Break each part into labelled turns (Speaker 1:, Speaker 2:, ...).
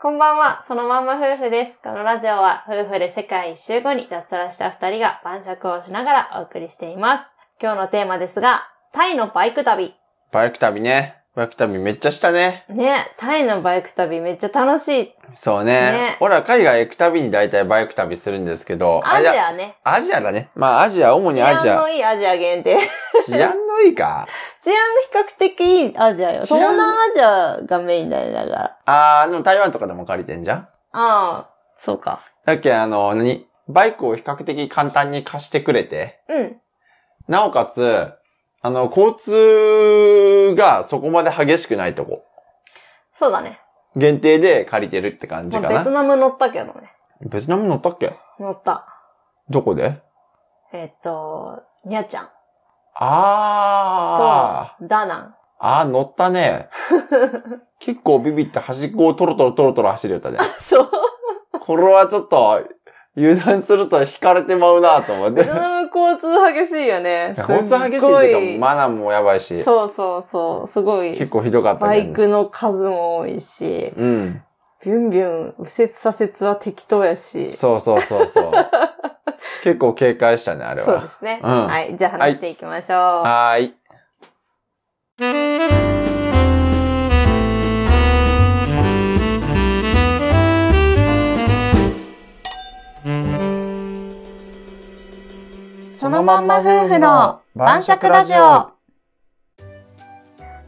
Speaker 1: こんばんは、そのまんま夫婦です。このラジオは夫婦で世界一周後に脱サラした二人が晩酌をしながらお送りしています。今日のテーマですが、タイのバイク旅。
Speaker 2: バイク旅ね。バイク旅めっちゃしたね。
Speaker 1: ね、タイのバイク旅めっちゃ楽しい。
Speaker 2: そうね。
Speaker 1: ね
Speaker 2: 俺は海外行くたびに大体バイク旅するんですけど。
Speaker 1: アジ
Speaker 2: あいや
Speaker 1: アね。
Speaker 2: アジアだね。まあアジア、主にアジ
Speaker 1: 治安
Speaker 2: ア。
Speaker 1: のいいアジア限定。
Speaker 2: 治安のいいか。
Speaker 1: 治安の比較的いいアジアよ。
Speaker 2: 治
Speaker 1: 東
Speaker 2: 安
Speaker 1: 南アジアがメインだね、だから。
Speaker 2: あー、でも台湾とかでも借りてんじゃん
Speaker 1: ああ、そうか。
Speaker 2: だっけ、あの、何バイクを比較的簡単に貸してくれて。
Speaker 1: うん。
Speaker 2: なおかつ、あの、交通がそこまで激しくないとこ。
Speaker 1: そうだね。
Speaker 2: 限定で借りてるって感じ
Speaker 1: ま
Speaker 2: か
Speaker 1: あベト
Speaker 2: な。
Speaker 1: ナム乗ったけどね。
Speaker 2: ベトナム乗ったっけ
Speaker 1: 乗った。
Speaker 2: どこで
Speaker 1: えっと、ニャちゃん
Speaker 2: あ
Speaker 1: と、ダナン。
Speaker 2: ー。あー、乗ったね。結構ビビって端っこをトロトロトロトロ走るよったね。
Speaker 1: そう。
Speaker 2: これはちょっと、油断すると引かれてまうなと思って
Speaker 1: ベ。トナム交通激しいよね。すっご
Speaker 2: 本当激しいっていうか、マナーもやばいし、
Speaker 1: そうそうそう。すごい。
Speaker 2: 結構ひどかった
Speaker 1: バ
Speaker 2: ね
Speaker 1: イ。クの数も多いし、
Speaker 2: うん。
Speaker 1: ビュンビュン、右折左折は適当やし。
Speaker 2: そうそうそ うそう。結構警戒したね、あれ
Speaker 1: そうで
Speaker 2: は。
Speaker 1: すね。
Speaker 2: うん
Speaker 1: はい。じゃあ話していきましょう。
Speaker 2: はーい。
Speaker 1: そのまんま夫婦の晩酌ラジオ
Speaker 2: は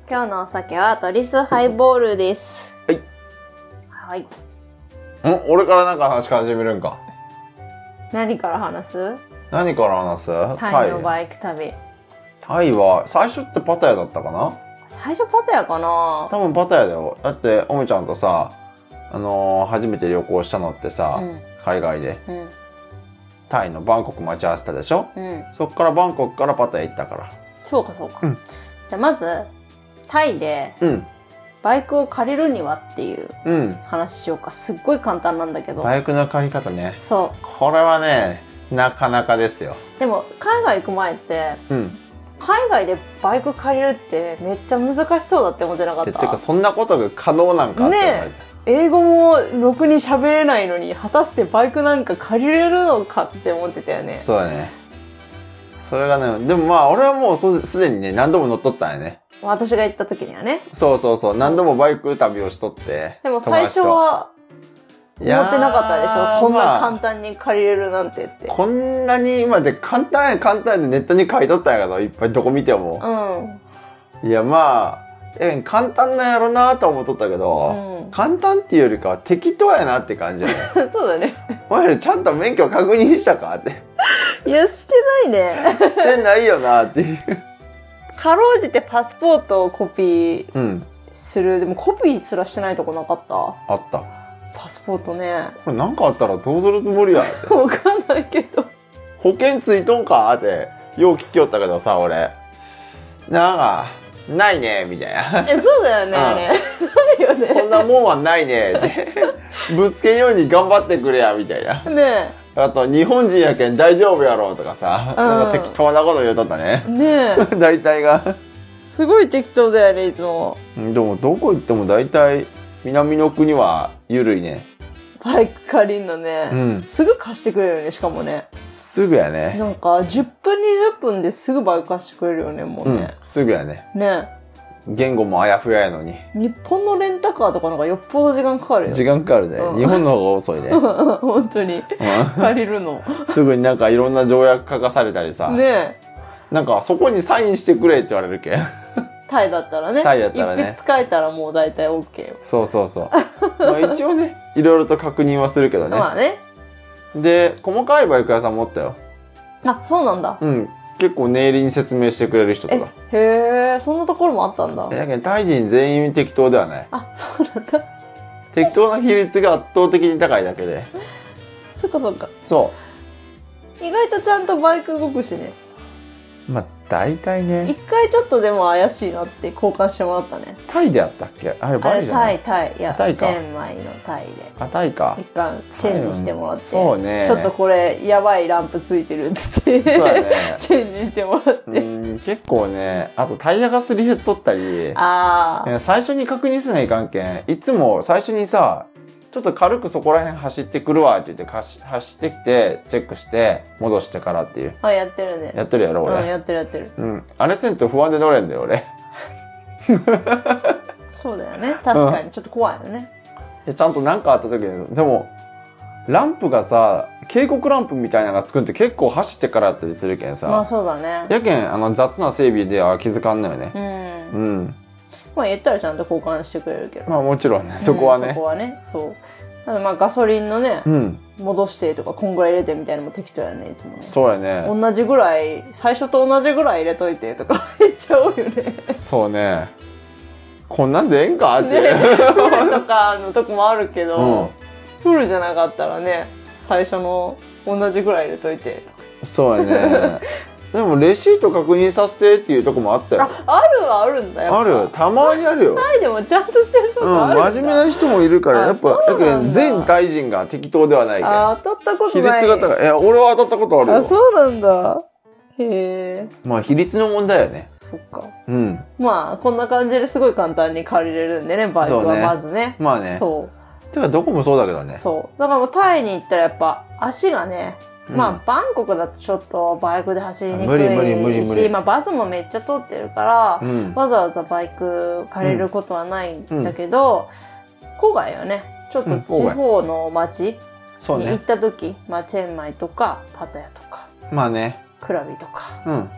Speaker 1: 今日のお酒はドリスハイボールです。
Speaker 2: はい。
Speaker 1: はい。
Speaker 2: ん俺からなんか話し始めるんか。
Speaker 1: 何から話す
Speaker 2: 何から話す
Speaker 1: タイのバイク旅。
Speaker 2: タイは、最初ってパタヤだったかな
Speaker 1: 最初パタヤかな
Speaker 2: 多分パタヤだよ。だって、おみちゃんとさ、あのー初めて旅行したのってさ、
Speaker 1: うん。
Speaker 2: 海外で、
Speaker 1: うん。
Speaker 2: タイのバンコク待ち合わせたでしょ
Speaker 1: うん。
Speaker 2: そっからバンコクからパタヤ行ったから。
Speaker 1: そうかそうか。
Speaker 2: うん
Speaker 1: じゃあまず、タイで
Speaker 2: うん。
Speaker 1: バイクを借りるにはっていう
Speaker 2: うん。
Speaker 1: 話しようか。すっごい簡単なんだけど。
Speaker 2: バイクの借り方ね。
Speaker 1: そ
Speaker 2: これはね、なかなかですよ。
Speaker 1: う。でも、海外行く前って、
Speaker 2: うん。
Speaker 1: 海外でバイク借りるってめっちゃ難しそうだって思ってなか
Speaker 2: えて
Speaker 1: っ
Speaker 2: か、
Speaker 1: た。
Speaker 2: そんなことが可能なんかって思われた
Speaker 1: 英語もろくに喋れないのに、果たしてバイクなんか借りれるのかって思ってたよね。
Speaker 2: そうだね。それがね、でもまあ、俺はもうそすでにね、何度も乗っとったんやね。
Speaker 1: 私が行った時にはね。
Speaker 2: そうそうそう、何度もバイク旅をしとって。
Speaker 1: でも最初
Speaker 2: 友
Speaker 1: は
Speaker 2: 達と、
Speaker 1: 思
Speaker 2: いやー
Speaker 1: ってなかったでしょ。こん
Speaker 2: ま
Speaker 1: な
Speaker 2: あ
Speaker 1: 簡単に借りれるなんてって。
Speaker 2: こんなに今で簡単や簡単やでネットに書いとったんやけど、いっぱいどこ見ても。
Speaker 1: うん。
Speaker 2: いやまあ、え簡単なんやろなとは思っとったけど、
Speaker 1: うん。
Speaker 2: 簡単っていうよりかは適当やなって感じやね。
Speaker 1: そうだね。
Speaker 2: お前らちゃんと免許確認したかって。
Speaker 1: い や、してないね。
Speaker 2: してないよなっていう。
Speaker 1: かろうじてパスポートをコピー
Speaker 2: うん、
Speaker 1: する。でもコピーすらしてないとこなかった。
Speaker 2: あった。
Speaker 1: パスポートね。
Speaker 2: これなんかあったらどうするつもりやって。
Speaker 1: わかんないけど。
Speaker 2: 保険ついとんかって、よう聞きよったけどさ、俺。なんか、ないね、みたいな。
Speaker 1: え、そうだよね、
Speaker 2: うん
Speaker 1: あれ。ないよ
Speaker 2: そ
Speaker 1: ね。
Speaker 2: んなもんはないねって。 ぶつけんように頑張ってくれや、みたいな。
Speaker 1: ね
Speaker 2: あと、日本人やけん大丈夫やろうとかさ、
Speaker 1: うん
Speaker 2: なんか適当なこと言うとったね
Speaker 1: え。。ねえ。
Speaker 2: 大体が。
Speaker 1: すごい適当だよね、いつも。
Speaker 2: うんでも、どこ行っても大体、南の国は緩いね。
Speaker 1: バイク借りんの
Speaker 2: う
Speaker 1: ね。
Speaker 2: ん。
Speaker 1: すぐ貸してくれるよね、しかもね。
Speaker 2: すぐやね。
Speaker 1: なんか、10分、20分ですぐバイク貸してくれるよね、もう
Speaker 2: うん
Speaker 1: ね。。
Speaker 2: すぐやね。
Speaker 1: ね
Speaker 2: 言語もあやふややのに。
Speaker 1: え。日本のレンタカーとかなんかよっぽど時間かかるよ。
Speaker 2: 時間かかるね
Speaker 1: うん。
Speaker 2: 日本の方が遅いね。う
Speaker 1: 本当に。
Speaker 2: ん
Speaker 1: 借りるの。
Speaker 2: すぐになんかいろんな条約書かされたりさ。
Speaker 1: ねえ。
Speaker 2: なんか、そこにサインしてくれって言われる けん。
Speaker 1: タイだったらね。
Speaker 2: タイだったらね
Speaker 1: 一筆書いたらもう大体 OK よ。
Speaker 2: そうそうそう。まあ一応ね、いろいろと確認はするけどね。
Speaker 1: まあね。
Speaker 2: で、細かいバイク屋さんもおったよ。
Speaker 1: あ、そうなんだ。
Speaker 2: うん。結構念入りに説明してくれる人
Speaker 1: え
Speaker 2: とか。、
Speaker 1: へえ、そんなところもあったんだ
Speaker 2: え。だけど、タイ人全員適当ではない。
Speaker 1: あ、そうなんだ。
Speaker 2: 適当な比率が圧倒的に高いだけで。
Speaker 1: そっかそっか。
Speaker 2: そ
Speaker 1: 意外とちゃんとバイク動くしね。
Speaker 2: う。まあ、大体ね
Speaker 1: 一。回ちょっとでも怪しいなって交換してもらったね。
Speaker 2: タイであったっけあれ、
Speaker 1: あ
Speaker 2: バ
Speaker 1: れ
Speaker 2: リじゃな
Speaker 1: タイ
Speaker 2: い
Speaker 1: タイいや
Speaker 2: タイか
Speaker 1: チェンマイのタイで
Speaker 2: あ、タイか
Speaker 1: 一。回チェンジしてもらって、
Speaker 2: そうね。
Speaker 1: ちょっとこれやばいランプついてるっつって、
Speaker 2: そうやね。
Speaker 1: チェンジしてもらっ
Speaker 2: う
Speaker 1: て、
Speaker 2: ーん、結構ね、あとタイヤがすり減っとったり、
Speaker 1: ああ
Speaker 2: え最初に確認せないかんけん、いつも最初にさ、ちょっと軽くそこら辺走ってくるわって言ってかし走ってきてチェックして戻してからっていう
Speaker 1: あ、やってるね。
Speaker 2: やってるやろ
Speaker 1: うん、
Speaker 2: 俺
Speaker 1: やってるやってる。
Speaker 2: うんあれせんと不安で乗れんだよ俺
Speaker 1: そうだよね。確かに。ちょっと怖いよね。
Speaker 2: でちゃんと何かあった時にでもランプがさ警告ランプみたいなのがつくんって結構走ってからやったりするけんさ、
Speaker 1: まあそうだね。
Speaker 2: やけんあの雑な整備では気づかんのよね
Speaker 1: うん
Speaker 2: う。ん
Speaker 1: まあ言ったらちゃんと交換してくれるけど。
Speaker 2: まあもちろんねそこは
Speaker 1: うんそ
Speaker 2: ね
Speaker 1: こはね。そう。ただまあガソリンのね
Speaker 2: う、ん、
Speaker 1: 戻してとかこんぐらい入れてみたいなのも適当やね、いつもね。
Speaker 2: そうやね
Speaker 1: 同じぐらい、最初と同じぐらい入れといてと か言っちゃうよね。
Speaker 2: そうねこんなんでええんかって、
Speaker 1: ね、フルとかのとこもあるけ
Speaker 2: うん
Speaker 1: ど、フルじゃなかったらね、最初の同じぐらい入れといてとか。
Speaker 2: そ うやねでもレシート確認させてっていうとこもあったよ
Speaker 1: あ、あるはあるんだよ。
Speaker 2: あるよたまにあるよ
Speaker 1: タイでもちゃんとしてると
Speaker 2: うん、
Speaker 1: こあるんだ。
Speaker 2: 真面目な人もいるから
Speaker 1: あ
Speaker 2: やっぱ
Speaker 1: そうなんだ
Speaker 2: だけど全大臣が適当ではないけど
Speaker 1: あー当たったこと
Speaker 2: 比率
Speaker 1: ない。
Speaker 2: が高いいや俺は当たったことある
Speaker 1: あ、
Speaker 2: よ
Speaker 1: そうなんだ。へえ。
Speaker 2: まあ比率の問題やね
Speaker 1: そっか。
Speaker 2: うん
Speaker 1: まあ、こんな感じですごい簡単に借りれるんでね、バイク
Speaker 2: そう
Speaker 1: は
Speaker 2: ね
Speaker 1: まずね。
Speaker 2: まあね
Speaker 1: そ
Speaker 2: てかどこもそうだけど
Speaker 1: う。
Speaker 2: ね
Speaker 1: そう。だからもうタイに行ったらやっぱ足がね、
Speaker 2: うん
Speaker 1: まあ、バンコクだとちょっとバイクで走りにくいし、
Speaker 2: 無理無理無理無理
Speaker 1: まあ、バスもめっちゃ通ってるから、
Speaker 2: うん
Speaker 1: わざわざバイク借りることはないんだけど、郊外よね。ちょっ
Speaker 2: う
Speaker 1: と
Speaker 2: ん
Speaker 1: 地
Speaker 2: 郊外
Speaker 1: 方の町
Speaker 2: そう
Speaker 1: に行っ
Speaker 2: ね
Speaker 1: た時、まあ、チェンマイとか、パタヤとか、
Speaker 2: まあね
Speaker 1: クラビとか、
Speaker 2: うん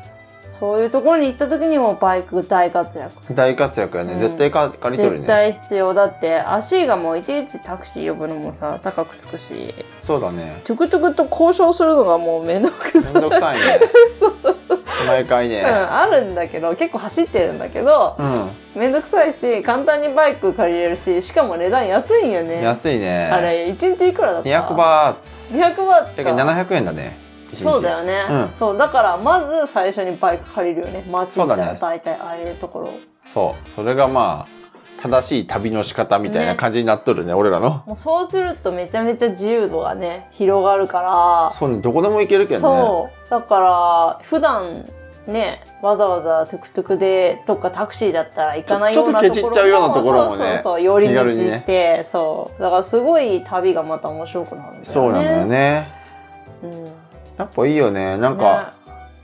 Speaker 1: そういうところに行った時にもバイク大活躍。
Speaker 2: 大活躍やね、
Speaker 1: うん
Speaker 2: 絶対か借りとる
Speaker 1: 絶
Speaker 2: ね
Speaker 1: 対必要だって足がもういちいちタクシー呼ぶのもさ高くつくし
Speaker 2: そうだね
Speaker 1: トゥクトゥクと交渉するのがもうめんどく
Speaker 2: めん
Speaker 1: さい、
Speaker 2: どくさいね毎回
Speaker 1: うん、
Speaker 2: ね
Speaker 1: あるんだけど結構走ってるんだけど
Speaker 2: うん、
Speaker 1: めんどくさいし簡単にバイク借りれるししかも値段安いんよね
Speaker 2: 安いね
Speaker 1: あれ1日いくらだった
Speaker 2: 200バーツ
Speaker 1: 200バーツ
Speaker 2: だけど
Speaker 1: か
Speaker 2: 700円だね一日
Speaker 1: そうだよね、
Speaker 2: うん
Speaker 1: そうだからまず最初にバイク借りるよね街みたい
Speaker 2: そう
Speaker 1: な、
Speaker 2: だね
Speaker 1: 大体ああいうところ
Speaker 2: そうそれがまあ正しい旅の仕方みたいな感じになっとるね俺らの
Speaker 1: もうそうするとめちゃめちゃ自由度がね広がるから
Speaker 2: そうねどこでも行けるけどね
Speaker 1: そうだから普段ねわざわざトゥクトゥクでとかタクシーだったら行かない
Speaker 2: ちょ
Speaker 1: ような
Speaker 2: ちょ
Speaker 1: とこ
Speaker 2: っと
Speaker 1: ろも
Speaker 2: ケチっちゃうようなところもね
Speaker 1: そうそうそう寄り
Speaker 2: 気
Speaker 1: 道
Speaker 2: 軽にね
Speaker 1: して、そうだからすごい旅がまた面白くなるんだよね
Speaker 2: そうなんだよね
Speaker 1: うん、
Speaker 2: やっぱいいよねなんか、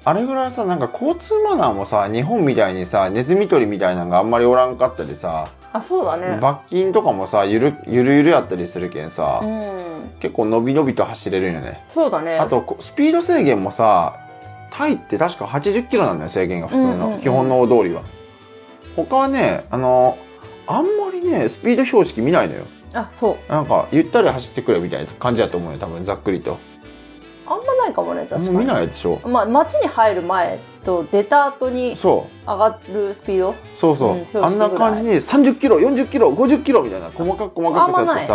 Speaker 2: あれぐらいさなんか交通マナーもさ日本みたいにさネズミ捕りみたいなのがあんまりおらんかったりさ、
Speaker 1: ねあそうだね
Speaker 2: 罰金とかもさゆるゆるゆるやったりするけんさ、
Speaker 1: うん
Speaker 2: 結構のびのびと走れるよね
Speaker 1: そうだね
Speaker 2: あとこスピード制限もさタイって確か80キロなんだよ制限が普通の、
Speaker 1: うんうんうん
Speaker 2: 基本の大通りは他はねあのあんまりねスピード標識見ないのよ
Speaker 1: あそう
Speaker 2: なんかゆったり走ってくれみたいな感じだと思うよ多分ざっくりと
Speaker 1: あんまないかもね確
Speaker 2: も
Speaker 1: か
Speaker 2: う
Speaker 1: に
Speaker 2: 見ないでしょ
Speaker 1: まあ、街に入る前と出た後に
Speaker 2: そう
Speaker 1: 上がるスピード
Speaker 2: そうそ
Speaker 1: う
Speaker 2: う、
Speaker 1: ん標識
Speaker 2: あんな感じに30キロ40キロ50キロみたいな細かく細
Speaker 1: あ
Speaker 2: か
Speaker 1: ん
Speaker 2: く
Speaker 1: まな
Speaker 2: さやって
Speaker 1: い、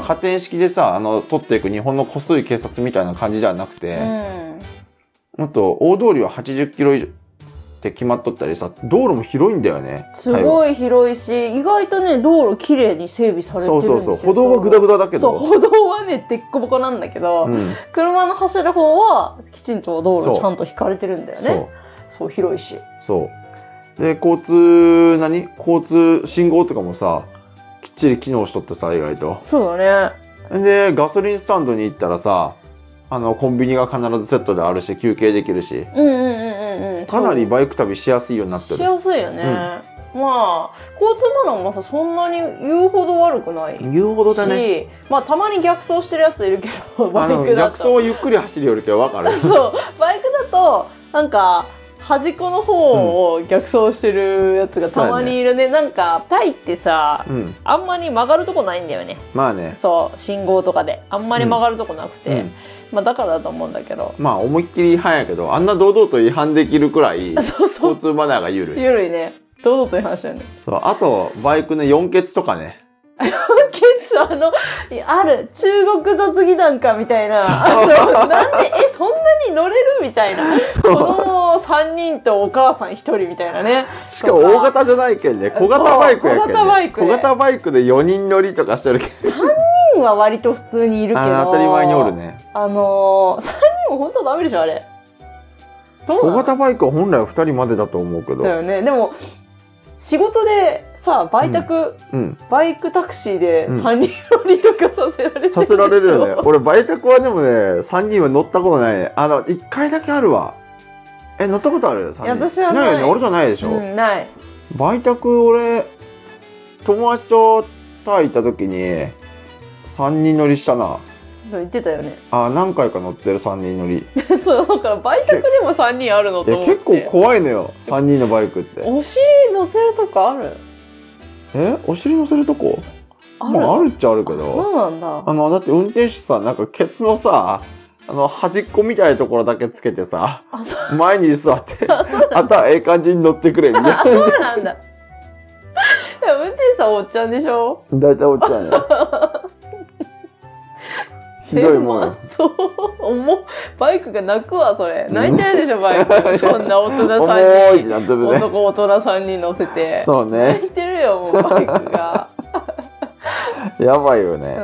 Speaker 2: さ加点式でさあの取っていく日本の個数警察みたいな感じじゃなく
Speaker 1: う
Speaker 2: て、
Speaker 1: んうん、
Speaker 2: もっと大通りは80キロ以上って決まっとったりさ道路も広いんだよね
Speaker 1: す
Speaker 2: 台湾
Speaker 1: ごい広いし、意外とね、道路綺麗に整備されてる
Speaker 2: そ
Speaker 1: ん
Speaker 2: う
Speaker 1: ですよ。
Speaker 2: そうそう歩道はグダグダだけ
Speaker 1: そ
Speaker 2: ど
Speaker 1: う、歩道はね、でっこぼこなんだけど、
Speaker 2: うん、
Speaker 1: 車の走る方は、きちんと道
Speaker 2: そ
Speaker 1: 路
Speaker 2: う
Speaker 1: ちゃんと引かれてるんだよね。
Speaker 2: そ
Speaker 1: そうう、広いし。
Speaker 2: そうで交通何交通信号とかもさきっちり機能しとってさ意外と
Speaker 1: そうだね。
Speaker 2: でガソリンスタンドに行ったらさあのコンビニが必ずセットであるし休憩できるし
Speaker 1: うんうんうんうんうん。
Speaker 2: かなり
Speaker 1: バ
Speaker 2: バイク旅しやすいようになって
Speaker 1: し
Speaker 2: る
Speaker 1: やすいよね。まあ、交通マナーもさ、そんなに言うほど悪くない。し、
Speaker 2: 言うほどだね
Speaker 1: まあ、たまに逆走してるやついるけど、バ
Speaker 2: あ
Speaker 1: イ
Speaker 2: の
Speaker 1: クだ
Speaker 2: 逆走
Speaker 1: と。
Speaker 2: はゆっくり走るよりかは分かる
Speaker 1: そう、バイクだと、なんか、端っこの方を逆走してるやつがたまにいるね。なんか、タイってさ、
Speaker 2: うん
Speaker 1: あんまり曲がるとこないんだよね。
Speaker 2: まあね
Speaker 1: そう、信号とかで。あんまり曲がるとこなくて。
Speaker 2: うん
Speaker 1: まあ、だからだと思うんだけど。
Speaker 2: まあ思いっきり違反やけどあんな堂々と違反できるくらい
Speaker 1: そうそ
Speaker 2: 交
Speaker 1: う。
Speaker 2: 通マナーが緩い
Speaker 1: ゆるいね。堂々という話だよね。
Speaker 2: そうあとバイクの4欠とかね
Speaker 1: ケツ、あの、いある、中国雑技団かみたいな。あ
Speaker 2: そ
Speaker 1: の
Speaker 2: う
Speaker 1: なんで、え、そんなに乗れるみたいな。子供3人とお母さん1人みたいなね。
Speaker 2: しかも大型じゃないけんね小型バイクやけん、
Speaker 1: そ
Speaker 2: ね、
Speaker 1: う小型バイクで
Speaker 2: 小型バイクで4人乗りとかしてるけん
Speaker 1: 3人は割と普通にいるけど。
Speaker 2: あー当たり前におる。ね
Speaker 1: あのー、3人も 本当はダメでしょ、あれ。どう
Speaker 2: 小
Speaker 1: なの
Speaker 2: 型バイクは本来は2人までだと思うけど、
Speaker 1: だよね。でも、仕事でさ、売宅、
Speaker 2: うん。
Speaker 1: バイクタクシーで
Speaker 2: うん
Speaker 1: 三人乗りとかさせられてるんですよ
Speaker 2: させられるよね。俺、バイタクはでもね、3人は乗ったことないね。あの、1回だけあるわ。え、乗ったことある ?3 人。
Speaker 1: いや私はない
Speaker 2: よね。俺とはないでしょ。
Speaker 1: うん、ない。
Speaker 2: バイタク、俺、友達とタイ行った時に、3人乗りしたな。
Speaker 1: 言ってたよね。
Speaker 2: あ、何回か乗ってる3人乗り。
Speaker 1: そう、だから売却でも三人あるの
Speaker 2: い
Speaker 1: と
Speaker 2: や、
Speaker 1: 思って。
Speaker 2: 結構怖いのよ。3人のバイクって。
Speaker 1: お尻乗せるとかある
Speaker 2: えお尻乗せるとこ
Speaker 1: あ
Speaker 2: まあ、あるっちゃある
Speaker 1: あ
Speaker 2: けど。
Speaker 1: そうなんだ。
Speaker 2: あの、だって運転手さ、なんかケツのさ、あの、端っこみたいなところだけつけてさ、
Speaker 1: あ、そ
Speaker 2: 前に 座って、あとはええ感じに乗ってくれ、みたいな。
Speaker 1: うなんだ。 いや運転手さんおっちゃんでしょ
Speaker 2: 大体落ち ちゃうね。ひどいもん
Speaker 1: で
Speaker 2: よ。
Speaker 1: そう、重っバイクが泣くわ、それ。泣いてないでしょ、バイ ク。そんな大人
Speaker 2: 重
Speaker 1: 3
Speaker 2: いっ
Speaker 1: 人
Speaker 2: て。なってるね。
Speaker 1: 男大人3人乗せて。
Speaker 2: そうね。
Speaker 1: 泣いてるよ、もうバイク が。
Speaker 2: やばいよね。
Speaker 1: う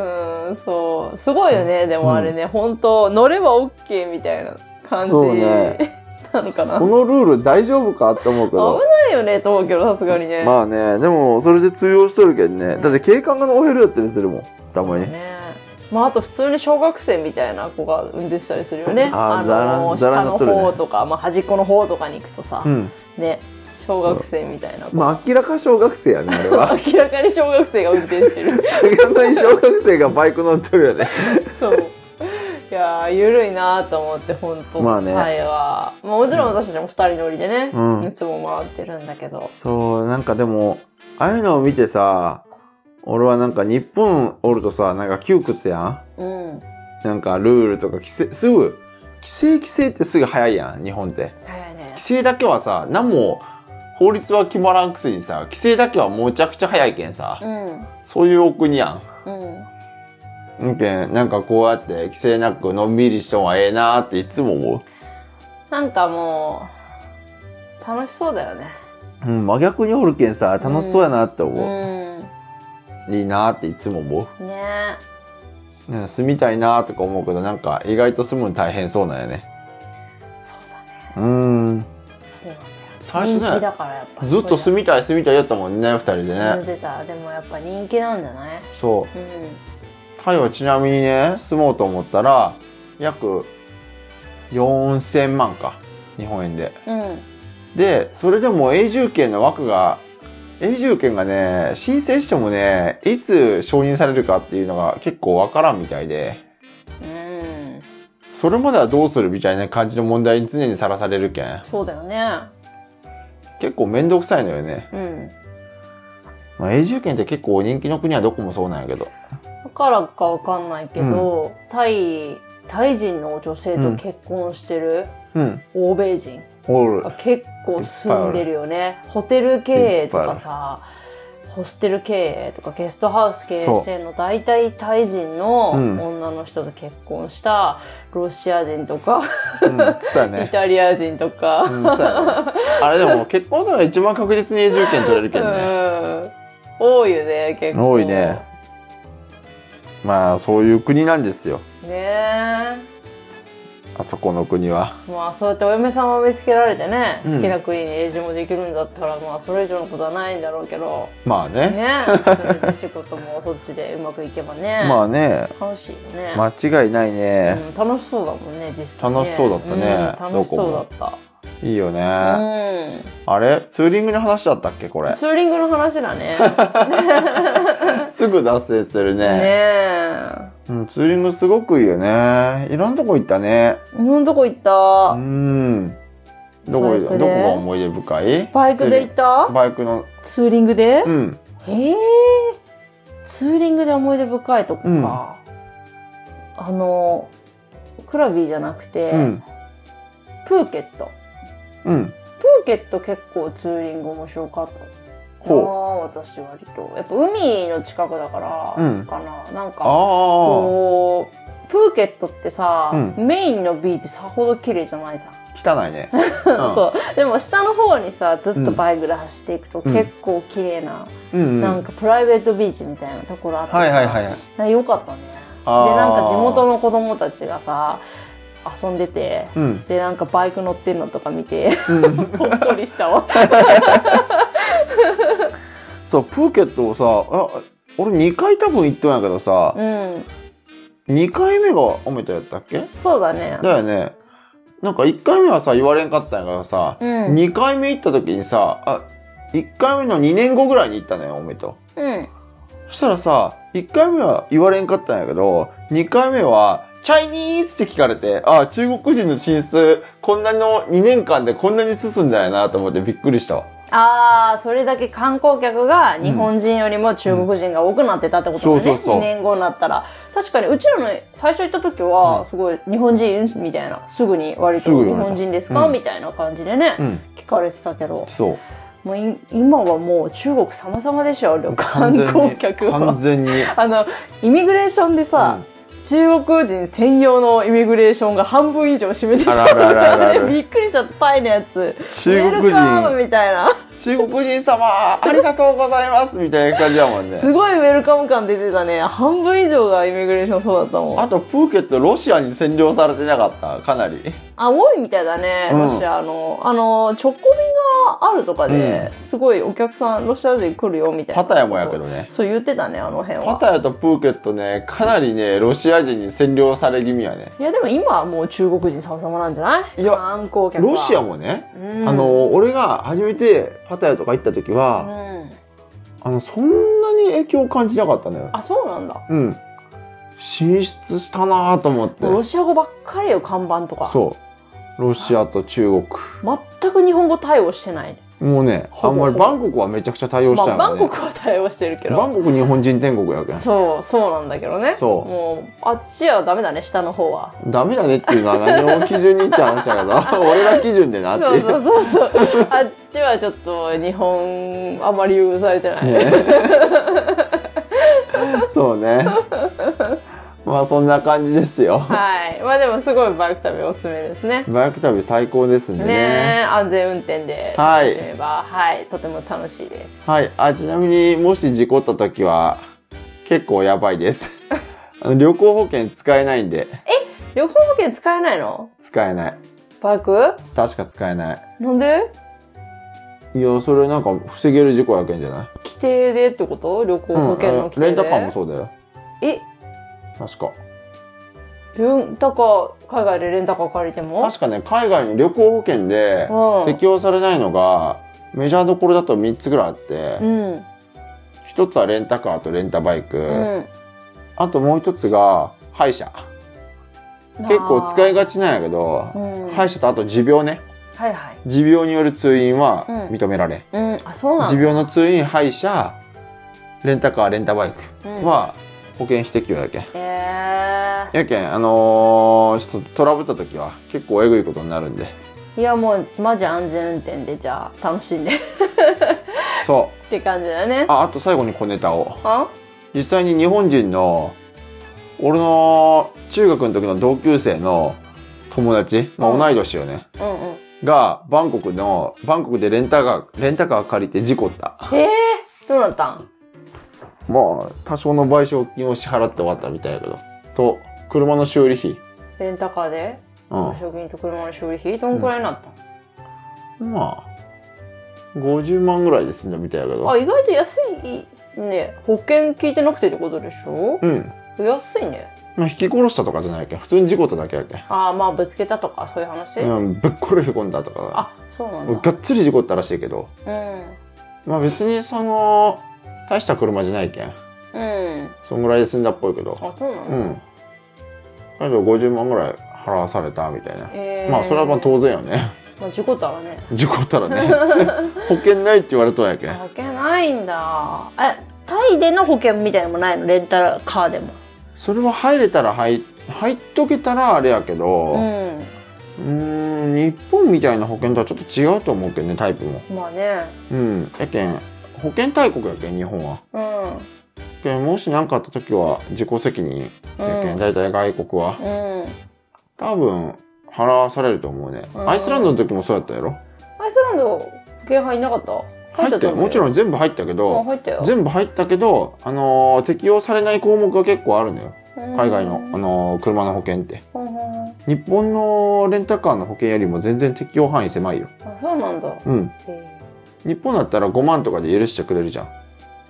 Speaker 1: ん、そう。すごいよね、でもあれね、本当乗れば OK みたいな感じ
Speaker 2: そうね
Speaker 1: なのかな。
Speaker 2: このルール大丈夫かって思うけ
Speaker 1: 危
Speaker 2: ど。
Speaker 1: ないよね、と思うけど、さすがにね。
Speaker 2: まあね、でもそれで通用しとるけんね。
Speaker 1: ん
Speaker 2: だって警官がのおへるやったりするもん。たまに。
Speaker 1: ねまあ、あと普通に小学生みたいな子が運転したりするよね。
Speaker 2: あーざら
Speaker 1: の
Speaker 2: ざら
Speaker 1: 下
Speaker 2: な
Speaker 1: の
Speaker 2: っとるね
Speaker 1: 方とか、まあ、端っこの方とかに行くとさ、
Speaker 2: うん。
Speaker 1: ね小学生みたいな子、
Speaker 2: まあ明らか小学生やね、あれは。
Speaker 1: 明らかに小学生が運転してる
Speaker 2: そんなに小学生がバイク乗ってるよね。
Speaker 1: そういやーゆるいなーと思って本当
Speaker 2: まあね
Speaker 1: タイは、まあ、もちろん私たちも二人乗りでね、
Speaker 2: うん
Speaker 1: いつも回ってるんだけど
Speaker 2: そう、なんかでも、ああいうのを見てさ、俺はなんか日本おるとさ、なんか窮屈やん
Speaker 1: うん
Speaker 2: なんかルールとか規制、すぐ、規制規制ってすぐ早いやん、日本って。
Speaker 1: 早いね
Speaker 2: 規制だけはさ、何も法律は決まらんくせにさ、規制だけはむちゃくちゃ早いけんさ、
Speaker 1: う
Speaker 2: そういうお国や
Speaker 1: んうん
Speaker 2: ん。んけん、なんかこうやって規制なくのんびりしとんはええなーっていつも思
Speaker 1: なんかもう楽しそうだよね
Speaker 2: う。うん、真逆におるけんさ、楽しそうやなって
Speaker 1: う
Speaker 2: 思う。
Speaker 1: ん
Speaker 2: いいなーっていつも思う。
Speaker 1: ね
Speaker 2: うん住みたいなとか思うけどなんか意外と住むの大変そうなんよね
Speaker 1: そうだね
Speaker 2: うーん
Speaker 1: そうなんだよ
Speaker 2: 最初ね
Speaker 1: 人気だからやっぱ
Speaker 2: ずっと住みたい住みたいやったもんね2人で
Speaker 1: 言っ
Speaker 2: ね
Speaker 1: てたでもやっぱ人気なんじゃない
Speaker 2: そ
Speaker 1: うん
Speaker 2: うタイはちなみにね住もうと思ったら約4000万か日本円で
Speaker 1: うん
Speaker 2: でそれでも永住権の枠が永住権がね申請してもねいつ承認されるかっていうのが結構わからんみたいで
Speaker 1: うん
Speaker 2: それまではどうするみたいな感じの問題に常にさらされるけん
Speaker 1: そうだよね
Speaker 2: 結構めんどくさいのよね
Speaker 1: うん
Speaker 2: まあ、永住権って結構人気の国はどこもそうなんやけど。
Speaker 1: だからかわかんないけど、タイタイ人の女性と結婚してる
Speaker 2: うん。
Speaker 1: 欧米人
Speaker 2: おる
Speaker 1: が。結構住んでるよねホテル経営とかさホステル経営とかゲストハウス経営してるの大体タイ人の
Speaker 2: うん
Speaker 1: 女の人と結婚したロシア人とか、
Speaker 2: うん、そうや
Speaker 1: イ
Speaker 2: ね。
Speaker 1: タリア人とか、
Speaker 2: うん、そうやね。あれでも結婚するのが一番確実に永住権取れるけどね。
Speaker 1: うん多いよね結構
Speaker 2: 多いねまあ、そういう国なんですよ。
Speaker 1: ねえ
Speaker 2: あそこの国は。
Speaker 1: まあそうやってお嫁さんを見つけられてね、
Speaker 2: うん
Speaker 1: 好きな国に永住もできるんだったらまあそれ以上のことはないんだろうけど
Speaker 2: まあね。
Speaker 1: ね それで仕事もそっちでうまくいけばね、
Speaker 2: まあね、
Speaker 1: 楽しいよね、
Speaker 2: 間違いないね。
Speaker 1: うん、楽しそうだもんね実際ね
Speaker 2: 楽しそうだったね
Speaker 1: うん楽しそうだった
Speaker 2: いいよね。
Speaker 1: うん
Speaker 2: あれツーリングの話だったっけこれ。
Speaker 1: ツーリングの話だ ね
Speaker 2: すぐ脱線する
Speaker 1: ね
Speaker 2: ね
Speaker 1: え
Speaker 2: うん。ツーリングすごくいいよね。いろんなとこ行ったね。
Speaker 1: 日本どこ行っ
Speaker 2: う
Speaker 1: た
Speaker 2: ん。どこ、
Speaker 1: バイ
Speaker 2: ど
Speaker 1: クで
Speaker 2: こが思い出深い
Speaker 1: バイクで行った
Speaker 2: バイクの、
Speaker 1: ツーリングで
Speaker 2: うん。
Speaker 1: へえツーリングで思い出深いとこか、
Speaker 2: うん
Speaker 1: あのクラビーじゃなくて、
Speaker 2: うん。
Speaker 1: プーケット
Speaker 2: うん。
Speaker 1: プーケット結構ツーリング面白かった
Speaker 2: ほ
Speaker 1: あ私割とやっぱ海の近くだから、
Speaker 2: うん
Speaker 1: かななん
Speaker 2: う。
Speaker 1: か
Speaker 2: ああ。
Speaker 1: こうプーケットってさ、
Speaker 2: う
Speaker 1: メインのビーチさほど綺麗じゃないじゃん、
Speaker 2: 汚いね。う
Speaker 1: そうでも下の方にさずっとバイクで走っていくと
Speaker 2: うん
Speaker 1: 結構綺麗な、
Speaker 2: んうん。
Speaker 1: なんかプライベートビーチみたいなところあってさ、
Speaker 2: はいはいはい。
Speaker 1: なんか良かったねで
Speaker 2: あー
Speaker 1: なんか地元の子供たちがさ遊んでて
Speaker 2: うん。
Speaker 1: でなんかバイク乗ってんのとか見て
Speaker 2: うん
Speaker 1: ほっこりしたわ
Speaker 2: そう、プーケットをさ、あ俺2回多分行っとんやけどさ、
Speaker 1: うん。
Speaker 2: 2回目が雨とやったっけ
Speaker 1: そうだね。
Speaker 2: だよね。なんか1回目はさ、言われんかったんやけどさ、
Speaker 1: うん。
Speaker 2: 2回目行った時にさ、あ、1回目の2年後ぐらいに行ったのよ、おめと。
Speaker 1: うん。
Speaker 2: そしたらさ、1回目は言われんかったんやけど、2回目は、チャイニーズって聞かれて、あ、中国人の進出、こんなの2年間でこんなに進んだんやなと思ってびっくりしたわ。
Speaker 1: ああ、それだけ観光客が日本人よりも中国人が多くなってたってことだね。
Speaker 2: うんそうそうそう
Speaker 1: 2年後になったら。確かに、うちらの最初行った時
Speaker 2: う
Speaker 1: は
Speaker 2: ん、
Speaker 1: すごい、日本人みたいな。すぐに割
Speaker 2: すぐ
Speaker 1: と、日
Speaker 2: 言われた
Speaker 1: 本人ですか、
Speaker 2: うん
Speaker 1: みたいな感じでね、
Speaker 2: うん、
Speaker 1: 聞かれてたけど。
Speaker 2: そう。
Speaker 1: もうい今はもう中国様々でしょ、旅観
Speaker 2: 完全に
Speaker 1: 光客
Speaker 2: 完
Speaker 1: は。
Speaker 2: 全に。
Speaker 1: あの、イミグレーションでさ、中国人専用のイミグレーションが半分以上占めてた
Speaker 2: あらららら ら
Speaker 1: びっくりしちゃったタイのやつ
Speaker 2: うん中
Speaker 1: ウェ
Speaker 2: 国
Speaker 1: ルカム
Speaker 2: 人、
Speaker 1: みたいな、
Speaker 2: 中国人様、ありがとうございますみたいな感じやもんね。
Speaker 1: すごいウェルカム感出てたね半分以上がイミグレーションそうだったもん
Speaker 2: あ
Speaker 1: あ
Speaker 2: と、プーケット、ロシアに占領されてなかった、かなり。
Speaker 1: 多いみたいだね、
Speaker 2: うん
Speaker 1: ロシアのあのチョコミがあるとかで、すごいお客さんロシア人来るよみたいな
Speaker 2: パタヤもやけどね。
Speaker 1: そう言ってたねあの辺
Speaker 2: パ
Speaker 1: は
Speaker 2: タヤとプーケットね、かなりね、ロシア人に占領され気味やね。
Speaker 1: いやでも今はもう中国人様々なんじゃない
Speaker 2: いや
Speaker 1: 観光客は
Speaker 2: ロシアもね、
Speaker 1: うん
Speaker 2: あの俺が初めてパタヤとか行った時
Speaker 1: う
Speaker 2: は、
Speaker 1: ん
Speaker 2: あのそんなに影響を感じなかったのよ。
Speaker 1: あそうなんだ
Speaker 2: うん。進出したなぁと思って。
Speaker 1: ロシア語ばっかりよ看板とか
Speaker 2: そう。ロシアと中国。
Speaker 1: 全く日本語対応してないね
Speaker 2: もうね、あ
Speaker 1: ほぼ
Speaker 2: んまりバンコクはめちゃくちゃ対応し
Speaker 1: ま
Speaker 2: た
Speaker 1: あ
Speaker 2: よね。
Speaker 1: バンコクは対応してるけど
Speaker 2: バンコク日本人天国やけん。
Speaker 1: そうそうなんだけどね
Speaker 2: そう
Speaker 1: もうあっちはダメだね下の方は
Speaker 2: ダメだねっていうのは何を基準にって話だけど、 俺ら基準でな
Speaker 1: そ
Speaker 2: っ
Speaker 1: う
Speaker 2: ていう。
Speaker 1: そうそうそうあっちはちょっと日本あまり優遇されてない、
Speaker 2: ね そうね。まあそんな感じですよ。
Speaker 1: はいまあでもすごいバイク旅おすすめですね
Speaker 2: バイク旅最高ですんで
Speaker 1: ね
Speaker 2: ね。
Speaker 1: え安全運転で
Speaker 2: はい
Speaker 1: 楽しめばはい、とても楽しいです
Speaker 2: はい。あ、ちなみにもし事故った時は結構やば いです。あの旅行保険使えないんで、
Speaker 1: 旅行保険使えないの
Speaker 2: 使えない。
Speaker 1: バイク
Speaker 2: 確か使えない。
Speaker 1: なんで
Speaker 2: いや、それなんか防げる事故やけんじゃない
Speaker 1: 規定でってこと旅行保険の規定
Speaker 2: うん
Speaker 1: で、
Speaker 2: レンタカーもそうだよ。
Speaker 1: え
Speaker 2: 確か。
Speaker 1: レンタカー海外でレンタカー借りても
Speaker 2: 確かね、海外の旅行保険で
Speaker 1: うん
Speaker 2: 適用されないのが、メジャーどころだと3つぐらいあって、
Speaker 1: うん
Speaker 2: 一つはレンタカーとレンタバイク、
Speaker 1: うん
Speaker 2: あともう一つが歯医者結構使いがちなんやけど、
Speaker 1: うん
Speaker 2: 歯医者とあと持病ね
Speaker 1: はいはい。
Speaker 2: 持病による通院は
Speaker 1: うん
Speaker 2: 認められん、
Speaker 1: うん、あ、そうなん
Speaker 2: 持
Speaker 1: だ。
Speaker 2: 病の通院歯医者レンタカーレンタバイク
Speaker 1: うん、
Speaker 2: は保険非適用やけん、
Speaker 1: え
Speaker 2: やけんあのー、ちょっとトラブった時は結構えぐいことになるんで
Speaker 1: ー、いやもうマジ安全運転でじゃあ楽しんでっ
Speaker 2: そ
Speaker 1: て感じだね
Speaker 2: う。ああと最後に小ネタを
Speaker 1: あ
Speaker 2: 実際に日本人の俺の中学の時の同級生の友達、まあ、
Speaker 1: うん
Speaker 2: 同い年よね、
Speaker 1: うんうん。
Speaker 2: がバンコクのバンコクでレンタカーレンタカー借りて事故った
Speaker 1: えー、どうなったん
Speaker 2: まあ多少の賠償金を支払って終わったみたいやけどと車の修理費
Speaker 1: レンタカーで
Speaker 2: う
Speaker 1: 食品と車の修理費どんくらいになったん、
Speaker 2: んまあ50万ぐらいで済んだみたいやけ
Speaker 1: あ、
Speaker 2: ど
Speaker 1: 意外と安いね。保険聞いてなくてってことでしょ
Speaker 2: うん、
Speaker 1: 安いね。
Speaker 2: まあ、引き殺したとかじゃないけん普通に事故っただけやけん
Speaker 1: あー、まあぶつけたとかそういう話、
Speaker 2: うんぶっこれへこんだとか
Speaker 1: あ、そうなんだ。
Speaker 2: がっつり事故ったらしいけどまあ別にその大した車じゃないけん
Speaker 1: うん。うん。
Speaker 2: そんぐらいで済んだっぽいけど
Speaker 1: あ、そうなん
Speaker 2: う
Speaker 1: だ。
Speaker 2: んだけど50万ぐらい払わされたみたいな
Speaker 1: えー、
Speaker 2: まあそれはまあ当然よね
Speaker 1: まあ事故ったらね。
Speaker 2: 事故ったらね保険ないって言われとんやけん
Speaker 1: 負けないんだえタイでの保険みたいのもないのレンタカーでも
Speaker 2: それは入れたら入入っとけたらあれやけ
Speaker 1: う
Speaker 2: ど
Speaker 1: ん
Speaker 2: うーん日本みたいな保険とはちょっと違うと思うけどねタイプも
Speaker 1: まあね
Speaker 2: うんやけん保険大国やけん日本は
Speaker 1: う
Speaker 2: けんもし何かあった時は自己責任やけん、
Speaker 1: うん
Speaker 2: 大体外国は
Speaker 1: んうん
Speaker 2: 多分払わされると思うね、
Speaker 1: うん
Speaker 2: アイスランドの時もそうやったやろ
Speaker 1: アイスランド保険入んなかった
Speaker 2: 入ったよもちろ
Speaker 1: ん
Speaker 2: ん全部入ったけど、
Speaker 1: あ入ったよ
Speaker 2: 全部入ったけど、あのー適用されない項目が結構あるのよ海外の、あのー車の保険って
Speaker 1: うんうんうん
Speaker 2: 日本のレンタカーの保険よりも全然適用範囲狭いよ
Speaker 1: あそうなんだ
Speaker 2: うん
Speaker 1: へ
Speaker 2: 日本だったら5万とかで許してくれるじゃん。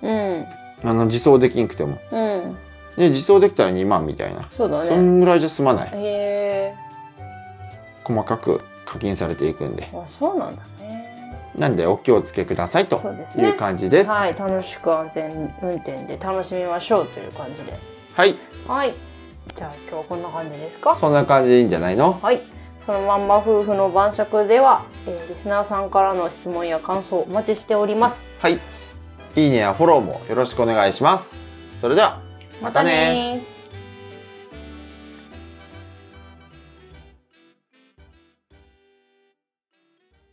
Speaker 1: うん。
Speaker 2: あの、自走できんくても。
Speaker 1: うん。
Speaker 2: で、自走できたら2万みたいな。
Speaker 1: そうだ
Speaker 2: そ
Speaker 1: ね。
Speaker 2: んぐらいじゃ済まない。
Speaker 1: へえ。
Speaker 2: 細かく課金されていくんで。
Speaker 1: あ、そうなんだね。
Speaker 2: なんで、お気をつけくださいと
Speaker 1: そうです
Speaker 2: い
Speaker 1: ね
Speaker 2: う。感じです。
Speaker 1: はい、楽しく安全運転で楽しみましょうという感じで。
Speaker 2: はい。
Speaker 1: はい。じゃあ今日はこんな感じですか。
Speaker 2: そんな感じでいいんじゃないの
Speaker 1: はい。そのまんま夫婦の晩酌では、えーリスナーさんからの質問や感想お待ちしております。
Speaker 2: はい。いいねやフォローもよろしくお願いします。それでは、またね
Speaker 1: またねー